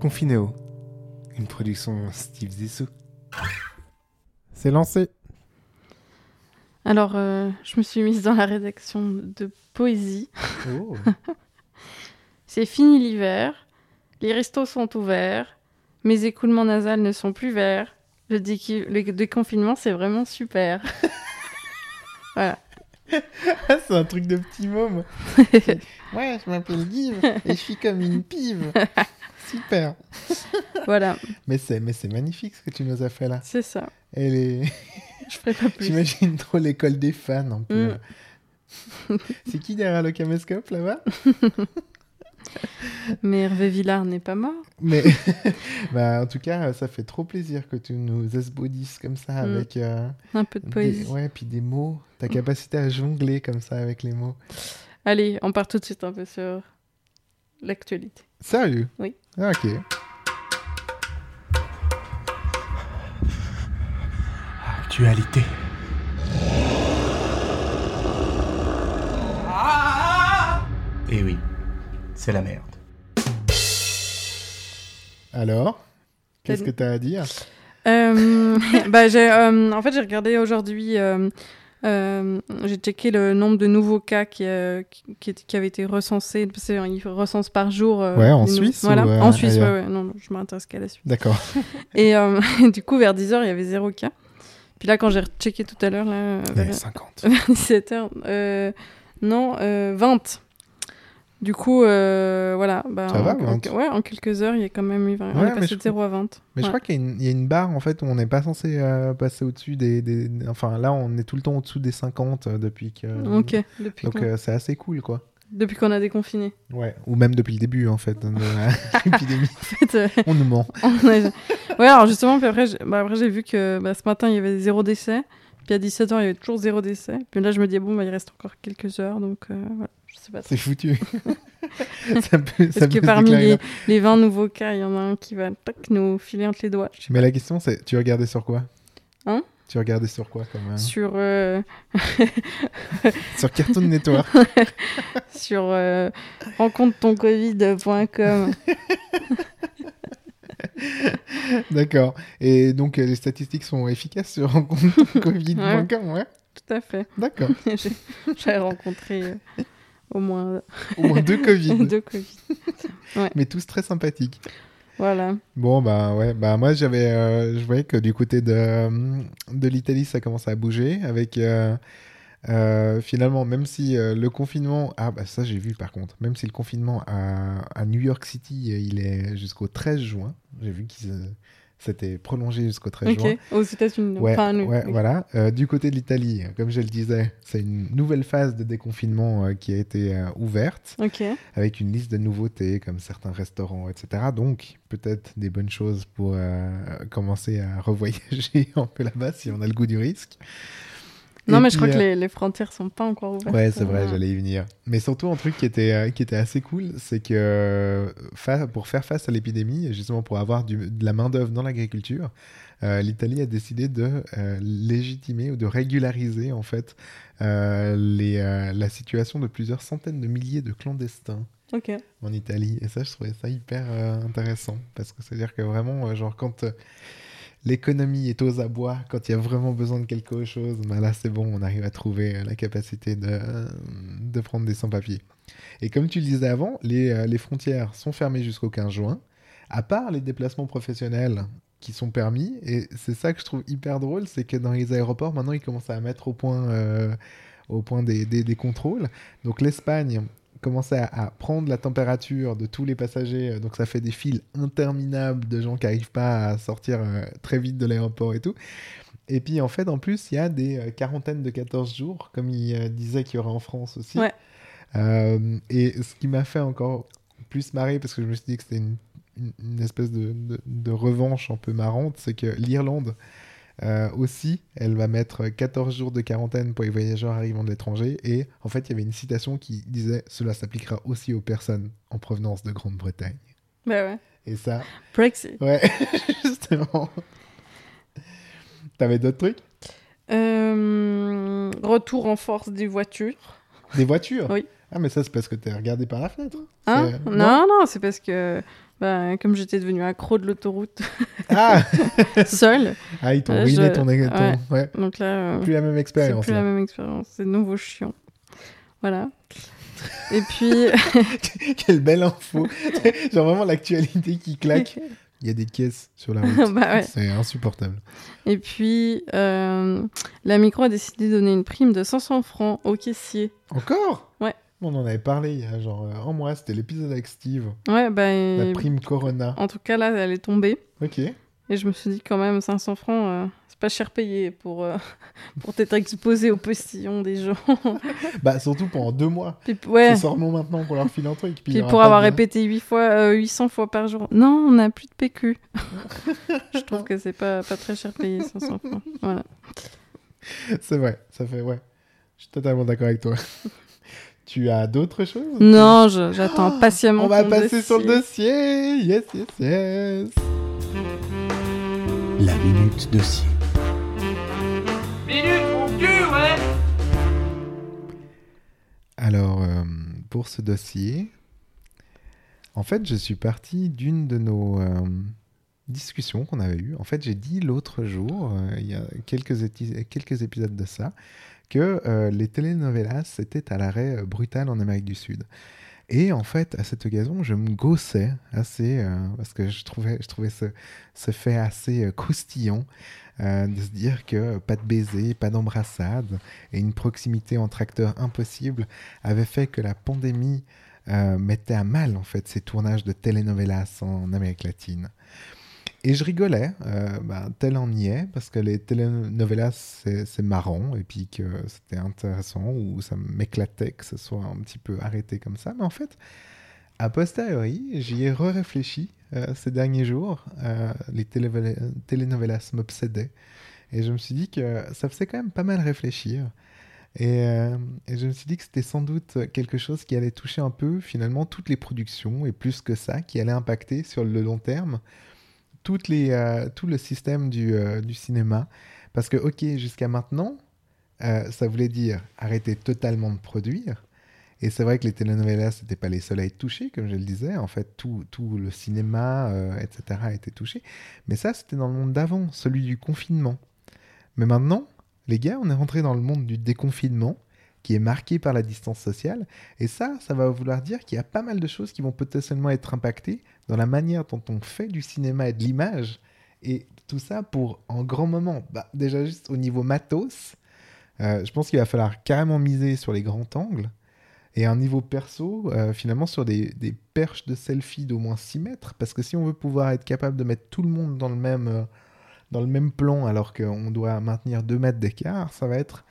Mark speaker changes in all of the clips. Speaker 1: Confinéo, une production Steve Zissou. C'est lancé.
Speaker 2: Alors, euh, je me suis mise dans la rédaction de poésie.
Speaker 1: Oh.
Speaker 2: C'est fini l'hiver, les restos sont ouverts, mes écoulements nasales ne sont plus verts, le, déqui- le déconfinement c'est vraiment super. voilà.
Speaker 1: c'est un truc de petit môme. Ouais, je m'appelle Give et je suis comme une pive. Super.
Speaker 2: voilà,
Speaker 1: Mais c'est, mais c'est magnifique ce que tu nous as fait là.
Speaker 2: c'est ça.
Speaker 1: Elle est...
Speaker 2: Je ferai pas plus.
Speaker 1: J'imagine trop l'école des fans un peu.
Speaker 2: Mm.
Speaker 1: c'est qui derrière le caméscope là-bas
Speaker 2: Mais Hervé Villard n'est pas mort.
Speaker 1: Mais bah, en tout cas, ça fait trop plaisir que tu nous esbaudisses comme ça
Speaker 2: Mm.
Speaker 1: avec euh,
Speaker 2: Un peu de
Speaker 1: des,
Speaker 2: poésie.
Speaker 1: ouais, puis des mots. Ta
Speaker 2: Oh.
Speaker 1: capacité à jongler comme ça avec les mots.
Speaker 2: Allez, on part tout de suite un peu sur l'actualité.
Speaker 1: Sérieux
Speaker 2: Oui.
Speaker 1: Ah, ok.
Speaker 3: Actualité. Et Eh oui, c'est la merde.
Speaker 1: Alors Qu'est-ce que
Speaker 2: Salut.
Speaker 1: t'as à dire
Speaker 2: Euh, bah, j'ai, euh, en fait, j'ai regardé aujourd'hui, euh, euh, j'ai checké le nombre de nouveaux cas qui, euh, qui, qui étaient- qui avaient été recensés. Parce que Ils recensent par jour. euh,
Speaker 1: Ouais, en
Speaker 2: les nouveaux-
Speaker 1: Suisse
Speaker 2: Voilà,
Speaker 1: ou, euh,
Speaker 2: en Suisse, ouais,
Speaker 1: ailleurs
Speaker 2: ouais. Non, non, je m'intéresse qu'à la Suisse.
Speaker 1: D'accord.
Speaker 2: Et euh, du coup, vers 10h, il y avait zéro cas. Puis là, quand j'ai rechecké tout à l'heure, là, euh, vers,
Speaker 1: Eh, 50.
Speaker 2: 17h, euh, non, euh, 20. Du coup, euh, voilà. Bah,
Speaker 1: Ça va,
Speaker 2: en,
Speaker 1: 20?
Speaker 2: en- ouais, en quelques heures, il y a quand même eu 20. on
Speaker 1: Ouais, mais
Speaker 2: est passé
Speaker 1: je
Speaker 2: de 0 à 20.
Speaker 1: Mais je
Speaker 2: Ouais.
Speaker 1: crois qu'il y a, une, il y a une barre en fait où on n'est pas censé euh, passer au-dessus des, des- des- Enfin là, on est tout le temps au-dessous des 50 euh, depuis que.
Speaker 2: Ok, depuis
Speaker 1: Donc
Speaker 2: qu'on
Speaker 1: euh, c'est assez cool quoi.
Speaker 2: depuis qu'on a déconfiné.
Speaker 1: Ouais. Ou même depuis le début en fait de la- l'épidémie.
Speaker 2: En fait, euh,
Speaker 1: on nous ment.
Speaker 2: on a- ouais, alors justement, puis après, j'ai- bah, après j'ai vu que bah, ce matin, il y avait zéro décès. Puis à 17h, il y avait toujours zéro décès. Puis là, je me dis, bon, bah, il reste encore quelques heures. Donc euh, voilà, je sais pas. trop.
Speaker 1: C'est foutu. ça peut, ça
Speaker 2: Est-ce que
Speaker 1: peut se
Speaker 2: parmi
Speaker 1: déclarer
Speaker 2: les,
Speaker 1: là.
Speaker 2: les 20 nouveaux cas, il y en a un qui va tac, nous filer entre les doigts je sais
Speaker 1: Mais la question c'est, tu regardais sur quoi
Speaker 2: Hein
Speaker 1: Tu regardais sur quoi quand même
Speaker 2: pas, sur, euh,
Speaker 1: Sur Cartoon Network.
Speaker 2: sur euh, rencontretoncovid.com.
Speaker 1: D'accord. Et donc euh, les statistiques sont efficaces sur rencontrecovid.com, hein, ouais.
Speaker 2: Tout à fait.
Speaker 1: D'accord.
Speaker 2: J'ai j'ai rencontré euh, au moins
Speaker 1: Au moins deux Covid.
Speaker 2: deux Covid.
Speaker 1: Mais tous très sympathiques.
Speaker 2: Voilà.
Speaker 1: Bon, bah ouais, bah moi j'avais, euh, je voyais que du côté de, euh, de l'Italie ça commençait à bouger avec euh, euh, finalement, même si euh, le confinement, ah bah ça j'ai vu par contre, même si le confinement à, à New York City euh, il est jusqu'au 13 juin, j'ai vu qu'il se- s'était prolongé jusqu'au 13
Speaker 2: Ok.
Speaker 1: juin.
Speaker 2: Aux États-Unis. non.
Speaker 1: Bah, Ouais,
Speaker 2: Enfin, nous.
Speaker 1: ouais,
Speaker 2: Ok.
Speaker 1: voilà. Euh, du côté de l'Italie, comme je le disais, c'est une nouvelle phase de déconfinement euh, qui a été euh, ouverte
Speaker 2: Ok.
Speaker 1: avec une liste de nouveautés comme certains restaurants, etc. Donc, peut-être des bonnes choses pour euh, commencer à revoyager un peu là-bas si on a le goût du risque.
Speaker 2: Non,
Speaker 1: Et
Speaker 2: mais je
Speaker 1: puis,
Speaker 2: crois que
Speaker 1: euh,
Speaker 2: les, les frontières sont pas encore ouvertes.
Speaker 1: Ouais, c'est vrai,
Speaker 2: Euh,
Speaker 1: j'allais y venir. Mais surtout, un truc qui était, euh, qui était assez cool, c'est que euh, fa- pour faire face à l'épidémie, et justement pour avoir du- de la main-d'œuvre dans l'agriculture, euh, l'Italie a décidé de euh, légitimer ou de régulariser, en fait, euh, les, euh, la situation de plusieurs centaines de milliers de clandestins
Speaker 2: Ok.
Speaker 1: en Italie. Et ça, je trouvais ça hyper euh, intéressant. Parce que c'est-à-dire que vraiment, euh, genre, quand euh, l'économie est aux abois, quand il y a vraiment besoin de quelque chose, ben là, c'est bon, on arrive à trouver euh, la capacité de, de prendre des sans-papiers. Et comme tu le disais avant, les, euh, les frontières sont fermées jusqu'au 15 juin, à part les déplacements professionnels qui sont permis. Et c'est ça que je trouve hyper drôle, c'est que dans les aéroports, maintenant, ils commencent à mettre au point, euh, au point des, des- des contrôles. Donc l'Espagne commençait à, à prendre la température de tous les passagers. euh, Donc ça fait des files interminables de gens qui n'arrivent pas à sortir euh, très vite de l'aéroport et tout. Et puis en fait, en plus, il y a des euh, quarantaines de 14 jours, comme il euh, disait qu'il y aurait en France aussi.
Speaker 2: Ouais.
Speaker 1: Euh, et ce qui m'a fait encore plus marrer, parce que je me suis dit que c'était une, une- une espèce de, de- de revanche un peu marrante, c'est que l'Irlande euh, aussi, elle va mettre 14 jours de quarantaine pour les voyageurs arrivant de l'étranger. Et en fait, il y avait une citation qui disait Cela s'appliquera aussi aux personnes en provenance de Grande-Bretagne.
Speaker 2: Bah ouais.
Speaker 1: Et ça,
Speaker 2: Brexit.
Speaker 1: ouais, justement. T'avais d'autres trucs
Speaker 2: Euh, retour en force des voitures.
Speaker 1: Des voitures
Speaker 2: Oui.
Speaker 1: Ah, mais ça, c'est parce que t'es regardé par la fenêtre.
Speaker 2: Hein
Speaker 1: C'est-
Speaker 2: non, non, c'est parce que Bah, comme j'étais devenu accro de l'autoroute
Speaker 1: Ah,
Speaker 2: seule,
Speaker 1: ah ils t'ont
Speaker 2: Euh,
Speaker 1: ruiné
Speaker 2: je-
Speaker 1: ton. ton-
Speaker 2: ouais.
Speaker 1: ouais.
Speaker 2: donc là, euh,
Speaker 1: Plus la même
Speaker 2: c'est
Speaker 1: expérience.
Speaker 2: plus la
Speaker 1: là.
Speaker 2: même expérience. C'est de nouveau chiant. Voilà. Et puis,
Speaker 1: Quelle belle info. Genre vraiment l'actualité qui claque. Il y a des caisses sur la route.
Speaker 2: Bah ouais.
Speaker 1: C'est insupportable.
Speaker 2: Et puis, euh, la micro a décidé de donner une prime de 500 francs au caissier.
Speaker 1: Encore
Speaker 2: Ouais.
Speaker 1: On en avait parlé il y a genre euh, un mois, c'était l'épisode avec Steve,
Speaker 2: Ouais, bah, et-
Speaker 1: la prime Corona.
Speaker 2: en tout cas, là, elle est tombée.
Speaker 1: Ok.
Speaker 2: Et je me suis dit, quand même, 500 francs, euh, c'est pas cher payé pour, euh, pour t'être exposé aux postillons des gens.
Speaker 1: Bah surtout pendant deux mois.
Speaker 2: Puis, ouais,
Speaker 1: C'est sortons maintenant qu'on leur file un truc. il y
Speaker 2: puis
Speaker 1: aura
Speaker 2: pour
Speaker 1: pas
Speaker 2: avoir
Speaker 1: de-
Speaker 2: répété 8 fois, euh, 800 fois par jour. Non, on n'a plus de PQ. je trouve que c'est pas, pas très cher payé, 500 francs. Voilà.
Speaker 1: C'est vrai, ça fait ouais. Je suis totalement d'accord avec toi. tu as d'autres choses
Speaker 2: Non, je- j'attends
Speaker 1: Oh,
Speaker 2: patiemment.
Speaker 1: On va
Speaker 2: ton
Speaker 1: passer sur le
Speaker 2: dossier.
Speaker 1: dossier. Yes, yes, yes.
Speaker 3: La minute de scie.
Speaker 1: Alors, euh, pour ce dossier, en fait, je suis parti d'une de nos euh, discussions qu'on avait eues. En fait, j'ai dit l'autre jour, euh, il y a quelques, éti- quelques épisodes de ça, que euh, les telenovelas étaient à l'arrêt euh, brutal en Amérique du Sud. Et en fait, à cette occasion, je me gaussais assez, euh, parce que je trouvais, je trouvais ce, ce fait assez euh, croustillant euh, de se dire que euh, pas de baiser, pas d'embrassade et une proximité entre acteurs impossible avait fait que la pandémie euh, mettait à mal en fait ces tournages de telenovelas en Amérique latine. Et je rigolais, euh, bah, tel en y est, parce que les telenovelas, c'est c'est marrant, et puis que c'était intéressant, ou ça m'éclatait que ce soit un petit peu arrêté comme ça. Mais en fait, a posteriori, j'y ai réfléchi ces derniers jours. Euh, les télévele- telenovelas m'obsédaient. Et je me suis dit que ça faisait quand même pas mal réfléchir. Et, euh, et je me suis dit que c'était sans doute quelque chose qui allait toucher un peu finalement toutes les productions et plus que ça, qui allait impacter sur le long terme toutes les, euh, tout le système du, euh, du cinéma. Parce que, ok, jusqu'à maintenant, euh, ça voulait dire arrêter totalement de produire. Et c'est vrai que les telenovelas, c'était pas les seuls à être touchés, comme je le disais. En fait, tout, tout le cinéma, euh, etc., a été touché. Mais ça, c'était dans le monde d'avant, celui du confinement. Mais maintenant, les gars, on est rentré dans le monde du déconfinement, qui est marqué par la distance sociale. Et ça, ça va vouloir dire qu'il y a pas mal de choses qui vont potentiellement être impactées dans la manière dont on fait du cinéma et de l'image. Et tout ça pour un grand moment. Bah, déjà, juste au niveau matos, euh, je pense qu'il va falloir carrément miser sur les grands angles. Et un niveau perso, euh, finalement, sur des, des perches de selfie d'au moins 6 mètres. Parce que si on veut pouvoir être capable de mettre tout le monde dans le même, euh, dans le même plan, alors qu'on doit maintenir 2 mètres d'écart, ça va être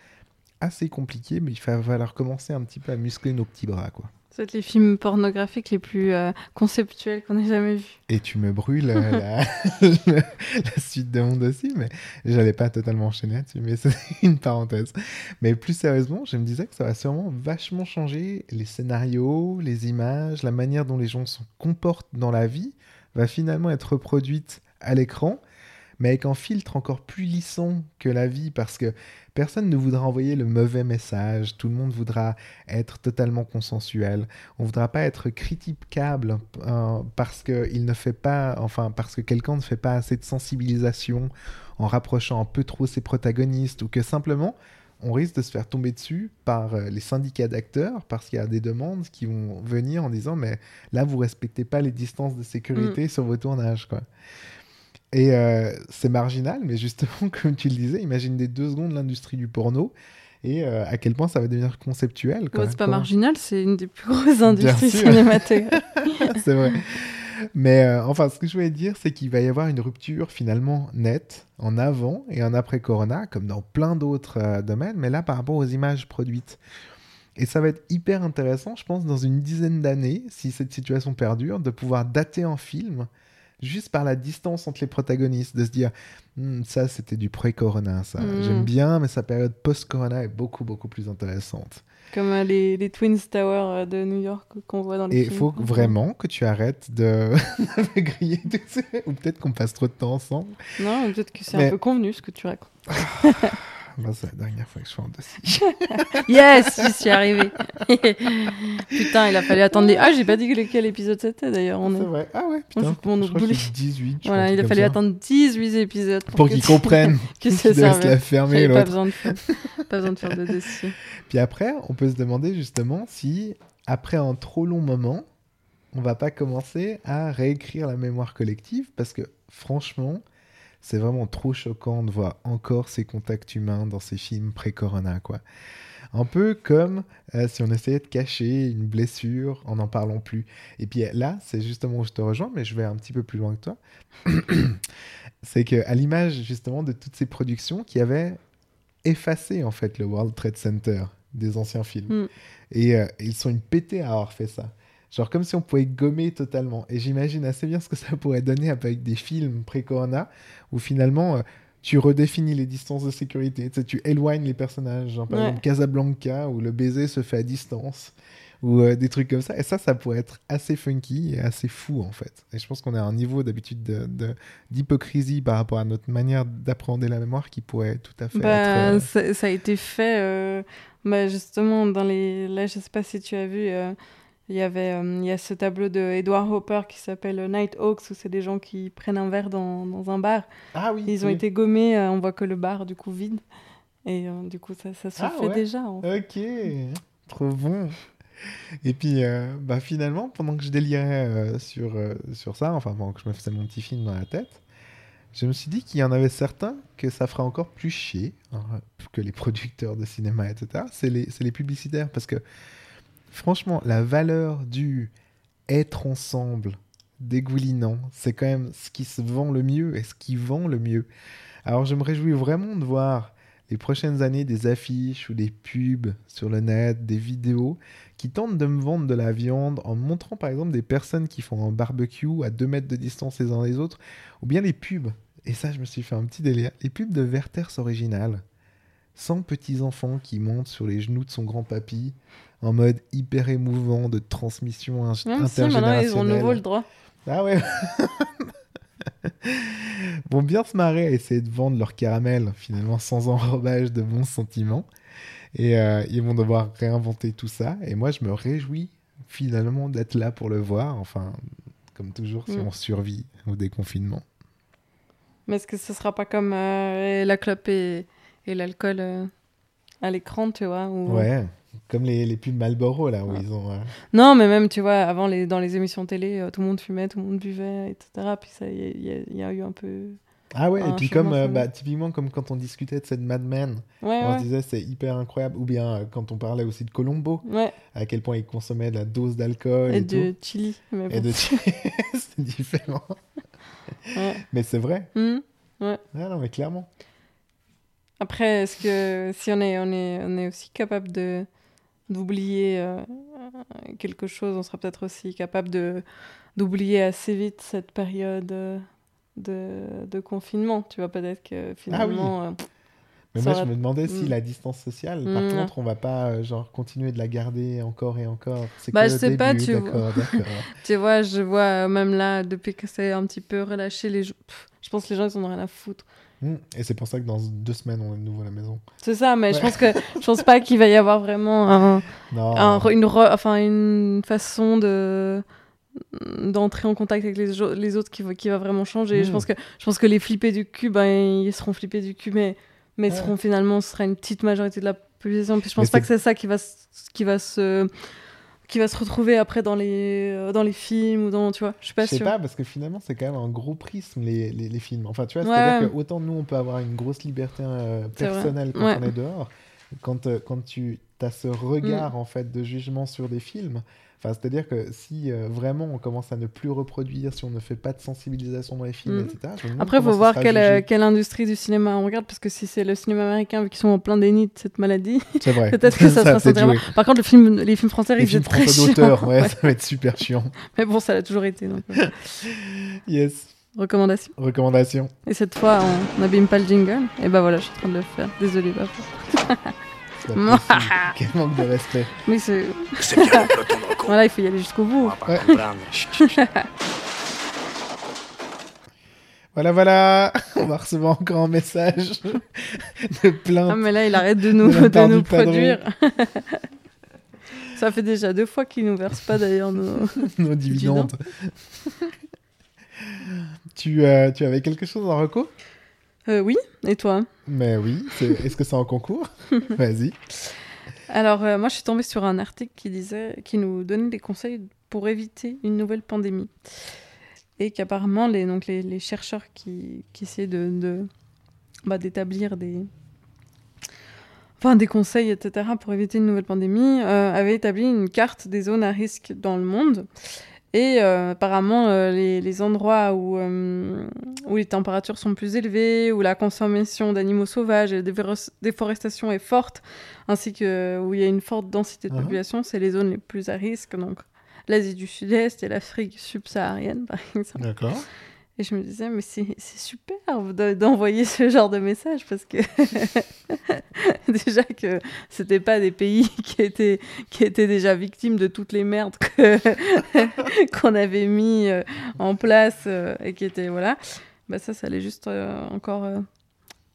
Speaker 1: assez compliqué. Mais il va falloir commencer un petit peu à muscler nos petits bras, quoi.
Speaker 2: C'est peut-être les films pornographiques les plus euh, conceptuels qu'on ait jamais vus.
Speaker 1: Et tu me brûles euh, la, la suite de mon dossier, mais j'allais pas totalement enchaîner là-dessus, mais c'est une parenthèse. Mais plus sérieusement, je me disais que ça va sûrement vachement changer les scénarios, les images, la manière dont les gens se comportent dans la vie va finalement être reproduite à l'écran, mais avec un filtre encore plus lissant que la vie, parce que personne ne voudra envoyer le mauvais message, tout le monde voudra être totalement consensuel, on voudra pas être critiquable euh, parce que il ne fait pas, enfin parce que quelqu'un ne fait pas assez de sensibilisation en rapprochant un peu trop ses protagonistes, ou que simplement on risque de se faire tomber dessus par euh, les syndicats d'acteurs parce qu'il y a des demandes qui vont venir en disant mais là vous respectez pas les distances de sécurité sur vos tournages quoi. Et euh, c'est marginal, mais justement, comme tu le disais, imagine des deux secondes l'industrie du porno et euh, à quel point ça va devenir conceptuel. quoi.
Speaker 2: Ouais, c'est pas
Speaker 1: Comment-
Speaker 2: marginal, c'est une des plus grosses industries
Speaker 1: sûr.
Speaker 2: cinématographiques.
Speaker 1: c'est vrai. Mais euh, enfin, ce que je voulais dire, c'est qu'il va y avoir une rupture finalement nette en avant et en après Corona, comme dans plein d'autres euh, domaines, mais là par rapport aux images produites. Et ça va être hyper intéressant, je pense, dans une dizaine d'années, si cette situation perdure, de pouvoir dater un film juste par la distance entre les protagonistes, de se dire Hmm, ça c'était du pré-Corona, ça
Speaker 2: Mm.
Speaker 1: j'aime bien, mais sa période post-Corona est beaucoup beaucoup plus intéressante.
Speaker 2: Comme euh, les, les Twin Towers euh, de New York qu'on voit dans les
Speaker 1: Et il
Speaker 2: films.
Speaker 1: faut vraiment que tu arrêtes de, de griller tout ça. Ou peut-être qu'on passe trop de temps ensemble.
Speaker 2: Non, ou peut-être que c'est
Speaker 1: Mais-
Speaker 2: un peu convenu ce que tu racontes.
Speaker 1: Bah, c'est la dernière fois que je fais en dossier.
Speaker 2: Yes, j'y suis arrivée. Putain, il a fallu attendre les. Ah, j'ai pas dit quel épisode c'était d'ailleurs. On
Speaker 1: C'est
Speaker 2: est...
Speaker 1: vrai. Ah ouais,
Speaker 2: on
Speaker 1: putain.
Speaker 2: joue- on
Speaker 1: je
Speaker 2: joue
Speaker 1: crois que
Speaker 2: boule-
Speaker 1: c'est 18. je crois,
Speaker 2: Voilà,
Speaker 1: un
Speaker 2: il a
Speaker 1: truc
Speaker 2: fallu
Speaker 1: comme ça.
Speaker 2: attendre 18 épisodes pour,
Speaker 1: Pour
Speaker 2: que
Speaker 1: qu'ils
Speaker 2: tu-
Speaker 1: comprennent.
Speaker 2: que
Speaker 1: Qu'ils
Speaker 2: ça
Speaker 1: laissent la
Speaker 2: servait.
Speaker 1: fermer,
Speaker 2: J'avais pas
Speaker 1: l'autre.
Speaker 2: besoin, de... pas besoin de faire de dossier.
Speaker 1: Puis après, on peut se demander justement si, après un trop long moment, on va pas commencer à réécrire la mémoire collective, parce que franchement, c'est vraiment trop choquant de voir encore ces contacts humains dans ces films pré-corona, quoi. Un peu comme euh, si on essayait de cacher une blessure en n'en parlant plus. Et puis là, c'est justement où je te rejoins, mais je vais un petit peu plus loin que toi. c'est que à l'image justement de toutes ces productions qui avaient effacé en fait le World Trade Center des anciens films.
Speaker 2: Mm.
Speaker 1: Et euh, ils sont une pétée à avoir fait ça. Genre comme si on pouvait gommer totalement. Et j'imagine assez bien ce que ça pourrait donner avec des films pré-corona où finalement euh, tu redéfinis les distances de sécurité. Tu, sais, tu éloignes les personnages. Genre, par
Speaker 2: Ouais.
Speaker 1: exemple Casablanca où le baiser se fait à distance ou euh, des trucs comme ça. Et ça, ça pourrait être assez funky et assez fou en fait. Et je pense qu'on a un niveau d'habitude de- de- d'hypocrisie par rapport à notre manière d'appréhender la mémoire qui pourrait tout à fait
Speaker 2: Bah,
Speaker 1: être... euh,
Speaker 2: ça, ça a été fait euh, bah, justement dans les. Là, je sais pas si tu as vu. euh, Il y avait, euh, il y a ce tableau de Edward Hopper qui s'appelle euh, Night Hawks où c'est des gens qui prennent un verre dans, dans un bar.
Speaker 1: Ah oui,
Speaker 2: Ils ont
Speaker 1: oui.
Speaker 2: été gommés. euh, on voit que le bar du coup vide. Et euh, du coup, ça, ça se
Speaker 1: Ah,
Speaker 2: fait
Speaker 1: ouais.
Speaker 2: déjà. en fait.
Speaker 1: Ok, trop bon. Et puis, euh, bah finalement, pendant que je délirais euh, sur, euh, sur ça, enfin pendant que je me faisais mon petit film dans la tête, je me suis dit qu'il y en avait certains que ça ferait encore plus chier hein, que les producteurs de cinéma, etc. C'est les, c'est les publicitaires, parce que franchement, la valeur du être ensemble dégoulinant, c'est quand même ce qui se vend le mieux et ce qui vend le mieux. Alors je me réjouis vraiment de voir les prochaines années des affiches ou des pubs sur le net, des vidéos qui tentent de me vendre de la viande en montrant par exemple des personnes qui font un barbecue à 2 mètres de distance les uns des autres, ou bien les pubs, et ça je me suis fait un petit délire, les pubs de Werther's original. 100 petits-enfants qui montent sur les genoux de son grand-papy en mode hyper émouvant de transmission in-
Speaker 2: Même si maintenant ils ont de nouveau le
Speaker 1: intergénérationnelle.
Speaker 2: droit.
Speaker 1: Ah ouais. vont bien se marrer à essayer de vendre leur caramel, finalement, sans enrobage de bons sentiments. Et euh, ils vont devoir réinventer tout ça. Et moi, je me réjouis finalement d'être là pour le voir. Enfin, comme toujours, si
Speaker 2: Mm.
Speaker 1: on survit au déconfinement.
Speaker 2: Mais est-ce que ce sera pas comme euh, la clope et, et l'alcool euh, à l'écran, tu vois où-
Speaker 1: Ouais. Comme les, les pubs Malboro, là, où
Speaker 2: Ouais.
Speaker 1: ils ont. euh,
Speaker 2: Non, mais même, tu vois, avant, les, dans les émissions télé, euh, tout le monde fumait, tout le monde buvait, etc. Puis ça, il y, a- il y a- il y a eu un peu...
Speaker 1: Ah ouais, et
Speaker 2: Un
Speaker 1: puis comme,
Speaker 2: changement
Speaker 1: euh,
Speaker 2: sonore.
Speaker 1: bah, typiquement, comme quand on discutait de cette Mad Men, on
Speaker 2: Ouais, Ah ouais.
Speaker 1: se disait c'est hyper incroyable. Ou bien euh, quand on parlait aussi de Colombo,
Speaker 2: Ouais,
Speaker 1: à quel point il consommait de la dose d'alcool et,
Speaker 2: et
Speaker 1: tout.
Speaker 2: de chili. mais
Speaker 1: Et
Speaker 2: bon.
Speaker 1: de c'est différent.
Speaker 2: Ouais.
Speaker 1: Mais c'est vrai.
Speaker 2: Hmm.
Speaker 1: Non, non, mais clairement.
Speaker 2: Après, est-ce que si on est, on est, on est aussi capable de d'oublier euh, quelque chose, on sera peut-être aussi capable de d'oublier assez vite cette période euh, de, de confinement. Tu vois, peut-être que finalement... euh,
Speaker 1: Mais
Speaker 2: Ça
Speaker 1: moi,
Speaker 2: va-
Speaker 1: je me demandais si
Speaker 2: Mm.
Speaker 1: la distance sociale, par
Speaker 2: Mm.
Speaker 1: contre, on va pas euh, genre continuer de la garder encore et encore. C'est
Speaker 2: Bah,
Speaker 1: que
Speaker 2: je
Speaker 1: le
Speaker 2: sais pas,
Speaker 1: début,
Speaker 2: tu vois.
Speaker 1: D'accord, d'accord.
Speaker 2: Tu vois, je vois euh, même là, depuis que c'est un petit peu relâché, les gens- pff, je pense que les gens, ils en ont rien à foutre.
Speaker 1: Mm. Et c'est pour ça que dans deux semaines, on est de nouveau à la maison.
Speaker 2: C'est ça, mais
Speaker 1: Ouais.
Speaker 2: je pense que je pense pas qu'il va y avoir vraiment un-
Speaker 1: Non.
Speaker 2: un re- une, re- enfin, une façon de d'entrer en contact avec les, jo- les autres qui, va- qui va vraiment changer. Je
Speaker 1: Mm.
Speaker 2: pense que je pense que les flippés du cul, ben, ils seront flippés du cul, mais mais
Speaker 1: Ouais.
Speaker 2: seront finalement ce sera une petite majorité de la population. Puis je pense
Speaker 1: Mais
Speaker 2: pas
Speaker 1: c'est-
Speaker 2: que c'est ça qui va s- qui va se qui va se retrouver après dans les euh, dans les films ou dans tu vois. Je suis pas
Speaker 1: je sais
Speaker 2: sûre.
Speaker 1: pas, parce que finalement, c'est quand même un gros prisme, les, les, les films. Enfin, tu vois,
Speaker 2: Ouais,
Speaker 1: c'est-à-dire
Speaker 2: ouais.
Speaker 1: que autant nous, on peut avoir une grosse liberté euh,
Speaker 2: C'est vrai.
Speaker 1: personnelle quand
Speaker 2: Ouais.
Speaker 1: on est dehors, quand, euh, quand tu as ce
Speaker 2: Mm.
Speaker 1: regard, en fait, de jugement sur des films. Enfin, c'est-à-dire que si euh, vraiment on commence à ne plus reproduire, si on ne fait pas de sensibilisation dans les films,
Speaker 2: Mm.
Speaker 1: etc. je me demande
Speaker 2: Après, il
Speaker 1: comment
Speaker 2: faut
Speaker 1: ça
Speaker 2: voir
Speaker 1: sera
Speaker 2: quelle,
Speaker 1: jugé.
Speaker 2: euh, quelle industrie du cinéma on regarde, parce que si c'est le cinéma américain, vu qu'ils sont en plein déni de cette maladie,
Speaker 1: C'est vrai.
Speaker 2: peut-être que
Speaker 1: va
Speaker 2: ça, sera
Speaker 1: peut-être
Speaker 2: sincèrement.
Speaker 1: jouer.
Speaker 2: Par contre, le film, les films français
Speaker 1: Les
Speaker 2: risquent
Speaker 1: films
Speaker 2: d'être très
Speaker 1: français
Speaker 2: chiants.
Speaker 1: d'auteur, ouais, ça va être super chiant.
Speaker 2: Mais bon, ça l'a toujours été, donc euh,
Speaker 1: Yes,
Speaker 2: recommandation.
Speaker 1: recommandation.
Speaker 2: Et cette fois, on n'abîme pas le jingle. Et bah voilà, je suis en train de le faire. Désolé, papa.
Speaker 1: C'est pas possible. Quel manque de respect.
Speaker 2: Mais c'est.
Speaker 4: C'est bien le peloton de recours.
Speaker 2: Voilà, il faut y aller jusqu'au
Speaker 4: On
Speaker 2: bout.
Speaker 4: va pas comprendre. Chut, chut, chut.
Speaker 1: Voilà, voilà. On va recevoir encore un message de
Speaker 2: Ah,
Speaker 1: plein.
Speaker 2: mais là, il arrête de nous,
Speaker 1: De la
Speaker 2: de
Speaker 1: part
Speaker 2: nous
Speaker 1: du padron.
Speaker 2: produire. Ça fait déjà deux fois qu'il nous verse pas d'ailleurs nos.
Speaker 1: nos dividendes. tu, euh, tu avais quelque chose en reco
Speaker 2: Euh, oui, et toi
Speaker 1: Mais oui, c'est- est-ce que c'est en concours Vas-y.
Speaker 2: Alors, euh, moi, je suis tombée sur un article qui disait, qui nous donnait des conseils pour éviter une nouvelle pandémie. Et qu'apparemment, les, donc les, les chercheurs qui, qui essayaient de, de- bah, d'établir des, enfin, des conseils, etc., pour éviter une nouvelle pandémie, euh, avaient établi une carte des zones à risque dans le monde. Et euh, apparemment, euh, les, les endroits où, euh, où les températures sont plus élevées, où la consommation d'animaux sauvages et la dévore- déforestation est forte, ainsi que euh, où il y a une forte densité de
Speaker 1: Mhm.
Speaker 2: population, c'est les zones les plus à risque, donc l'Asie du Sud-Est et l'Afrique subsaharienne, par exemple.
Speaker 1: D'accord.
Speaker 2: Et je me disais, mais c'est c'est superbe de- d'envoyer ce genre de message, parce que déjà que c'était pas des pays qui étaient, qui étaient déjà victimes de toutes les merdes que- qu'on avait mis euh, en place euh, et qui étaient, voilà, bah ça, ça allait juste euh, encore euh,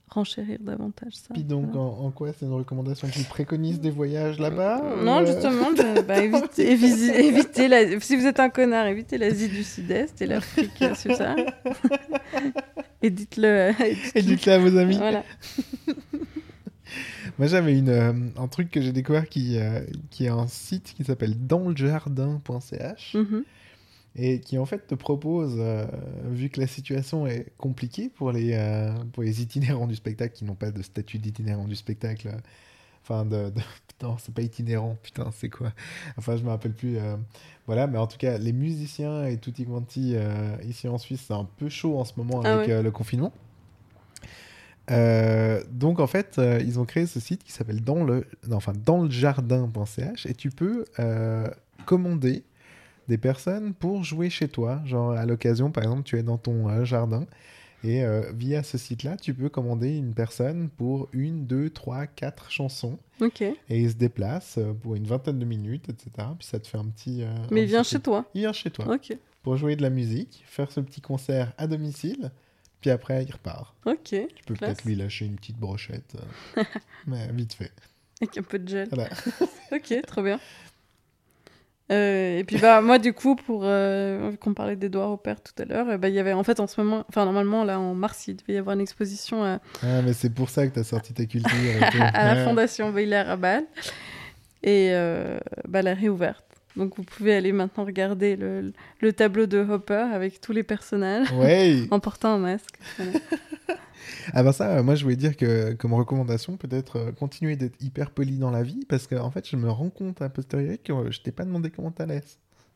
Speaker 2: renchérir davantage ça.
Speaker 1: Puis donc,
Speaker 2: Voilà.
Speaker 1: en, en quoi c'est une recommandation Tu préconises des voyages là-bas ou,
Speaker 2: Non,
Speaker 1: euh,
Speaker 2: justement, de- bah, évitez, évi- évitez la- si vous êtes un connard, évitez l'Asie du Sud-Est et l'Afrique euh, subsaharienne. et dites-le. euh, et
Speaker 1: Et
Speaker 2: dites-le.
Speaker 1: dites-le à vos amis.
Speaker 2: Voilà.
Speaker 1: Moi, j'avais une, euh, un truc que j'ai découvert qui, euh, qui est un site qui s'appelle danslejardin.ch.
Speaker 2: Mhm.
Speaker 1: et qui en fait te propose, euh, vu que la situation est compliquée pour les, euh, pour les itinérants du spectacle qui n'ont pas de statut d'itinérant du spectacle, euh, enfin de, de- putain c'est pas itinérant, putain c'est quoi, enfin je me rappelle plus, euh, voilà, mais en tout cas les musiciens et tutti quanti euh, ici en Suisse c'est un peu chaud en ce moment
Speaker 2: Ah
Speaker 1: avec
Speaker 2: ouais.
Speaker 1: euh, le confinement. Euh, donc en fait, euh, ils ont créé ce site qui s'appelle dans le, non, enfin dans le jardin.ch et tu peux euh, commander des personnes pour jouer chez toi. Genre, à l'occasion, par exemple, tu es dans ton euh, jardin et euh, via ce site-là, tu peux commander une personne pour une, deux, trois, quatre chansons
Speaker 2: Ok.
Speaker 1: et il se déplace euh, pour une vingtaine de minutes, etc. Puis ça te fait un petit. euh, un
Speaker 2: Mais viens
Speaker 1: petit
Speaker 2: chez
Speaker 1: truc.
Speaker 2: toi.
Speaker 1: Il vient chez toi
Speaker 2: Ok.
Speaker 1: pour jouer de la musique, faire ce petit concert à domicile, puis après, il repart.
Speaker 2: Ok.
Speaker 1: Tu peux
Speaker 2: Classe.
Speaker 1: peut-être lui lâcher une petite brochette, euh, mais vite fait.
Speaker 2: Avec un peu de gel.
Speaker 1: Voilà.
Speaker 2: ok, trop bien. Euh, et puis bah moi du coup pour euh, qu'on parlait d'Edouard Aubert tout à l'heure, euh, bah, il y avait en fait en ce moment, enfin normalement là en mars il devait y avoir une exposition à,
Speaker 1: Ah, mais c'est pour ça que t'as sorti ta culture. et tout.
Speaker 2: à
Speaker 1: Ouais.
Speaker 2: la Fondation Baylor à Bâle. Et euh, bah, elle est réouverte. Donc vous pouvez aller maintenant regarder le, le tableau de Hopper avec tous les personnages
Speaker 1: Ouais.
Speaker 2: en portant un masque.
Speaker 1: Ah ben ça, euh, moi je voulais dire que comme recommandation, peut-être euh, continuer d'être hyper poli dans la vie, parce que en fait je me rends compte à posteriori que euh, je t'ai pas demandé comment t'allais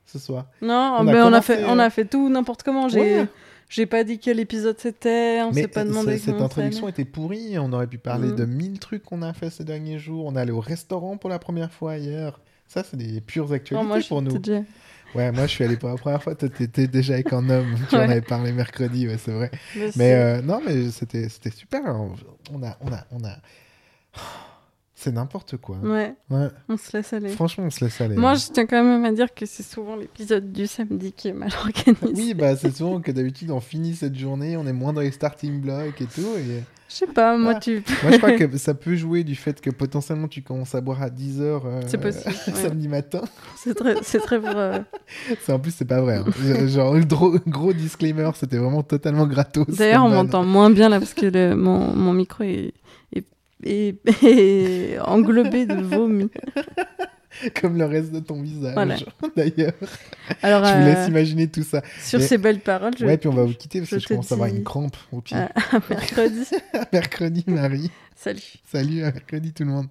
Speaker 1: ce soir.
Speaker 2: Non,
Speaker 1: On a
Speaker 2: on, on, a,
Speaker 1: commencé, euh.
Speaker 2: fait, on a fait tout n'importe comment. J'ai
Speaker 1: Ouais.
Speaker 2: j'ai pas dit quel épisode c'était, on s'est pas
Speaker 1: euh,
Speaker 2: demandé
Speaker 1: ce- cette
Speaker 2: comment ça
Speaker 1: introduction était pourrie, on aurait pu parler
Speaker 2: Mhm.
Speaker 1: de mille trucs qu'on a fait ces derniers jours, on est allé au restaurant pour la première fois hier. Ça, c'est des pures
Speaker 2: allait.
Speaker 1: actualités
Speaker 2: Non, moi,
Speaker 1: pour
Speaker 2: je-
Speaker 1: nous.
Speaker 2: déjà-
Speaker 1: Ouais, moi je suis allé pour la première fois, toi t'étais déjà avec un homme, tu en
Speaker 2: Ouais.
Speaker 1: avais parlé mercredi, ouais, c'est vrai.
Speaker 2: Mais
Speaker 1: Mais
Speaker 2: c'est-
Speaker 1: euh, non, mais c'était c'était super. hein. On a, on a, on a. C'est n'importe quoi.
Speaker 2: Ouais,
Speaker 1: Ouais.
Speaker 2: on se laisse aller.
Speaker 1: Franchement, on se laisse aller.
Speaker 2: Moi,
Speaker 1: hein.
Speaker 2: je tiens quand même à dire que c'est souvent l'épisode du samedi qui est mal organisé.
Speaker 1: Oui, bah c'est souvent que d'habitude on finit cette journée, on est moins dans les starting blocks et tout. Et...
Speaker 2: Je sais pas, moi,
Speaker 1: Ah.
Speaker 2: tu.
Speaker 1: Moi je crois que ça peut jouer du fait que potentiellement tu commences à boire à 10h
Speaker 2: C'est
Speaker 1: Euh,
Speaker 2: possible. ouais.
Speaker 1: samedi matin.
Speaker 2: C'est très, c'est très vrai.
Speaker 1: C'est en plus c'est pas vrai. hein. Je- Genre le gros, gros disclaimer, c'était vraiment totalement gratos.
Speaker 2: D'ailleurs, on
Speaker 1: comme ban.
Speaker 2: m'entend moins bien là parce que le- mon, mon micro est, est, est- est englobé de vomi.
Speaker 1: Comme le reste de ton visage.
Speaker 2: Voilà.
Speaker 1: D'ailleurs,
Speaker 2: Alors,
Speaker 1: je vous
Speaker 2: euh,
Speaker 1: laisse imaginer tout ça.
Speaker 2: sur
Speaker 1: Mais-
Speaker 2: ces belles paroles, je
Speaker 1: Ouais, puis on va vous quitter parce
Speaker 2: je
Speaker 1: que je
Speaker 2: te
Speaker 1: commence à avoir
Speaker 2: dis-
Speaker 1: une crampe au pied.
Speaker 2: Ah. mercredi.
Speaker 1: mercredi Marie.
Speaker 2: Salut.
Speaker 1: Salut, à mercredi tout le monde.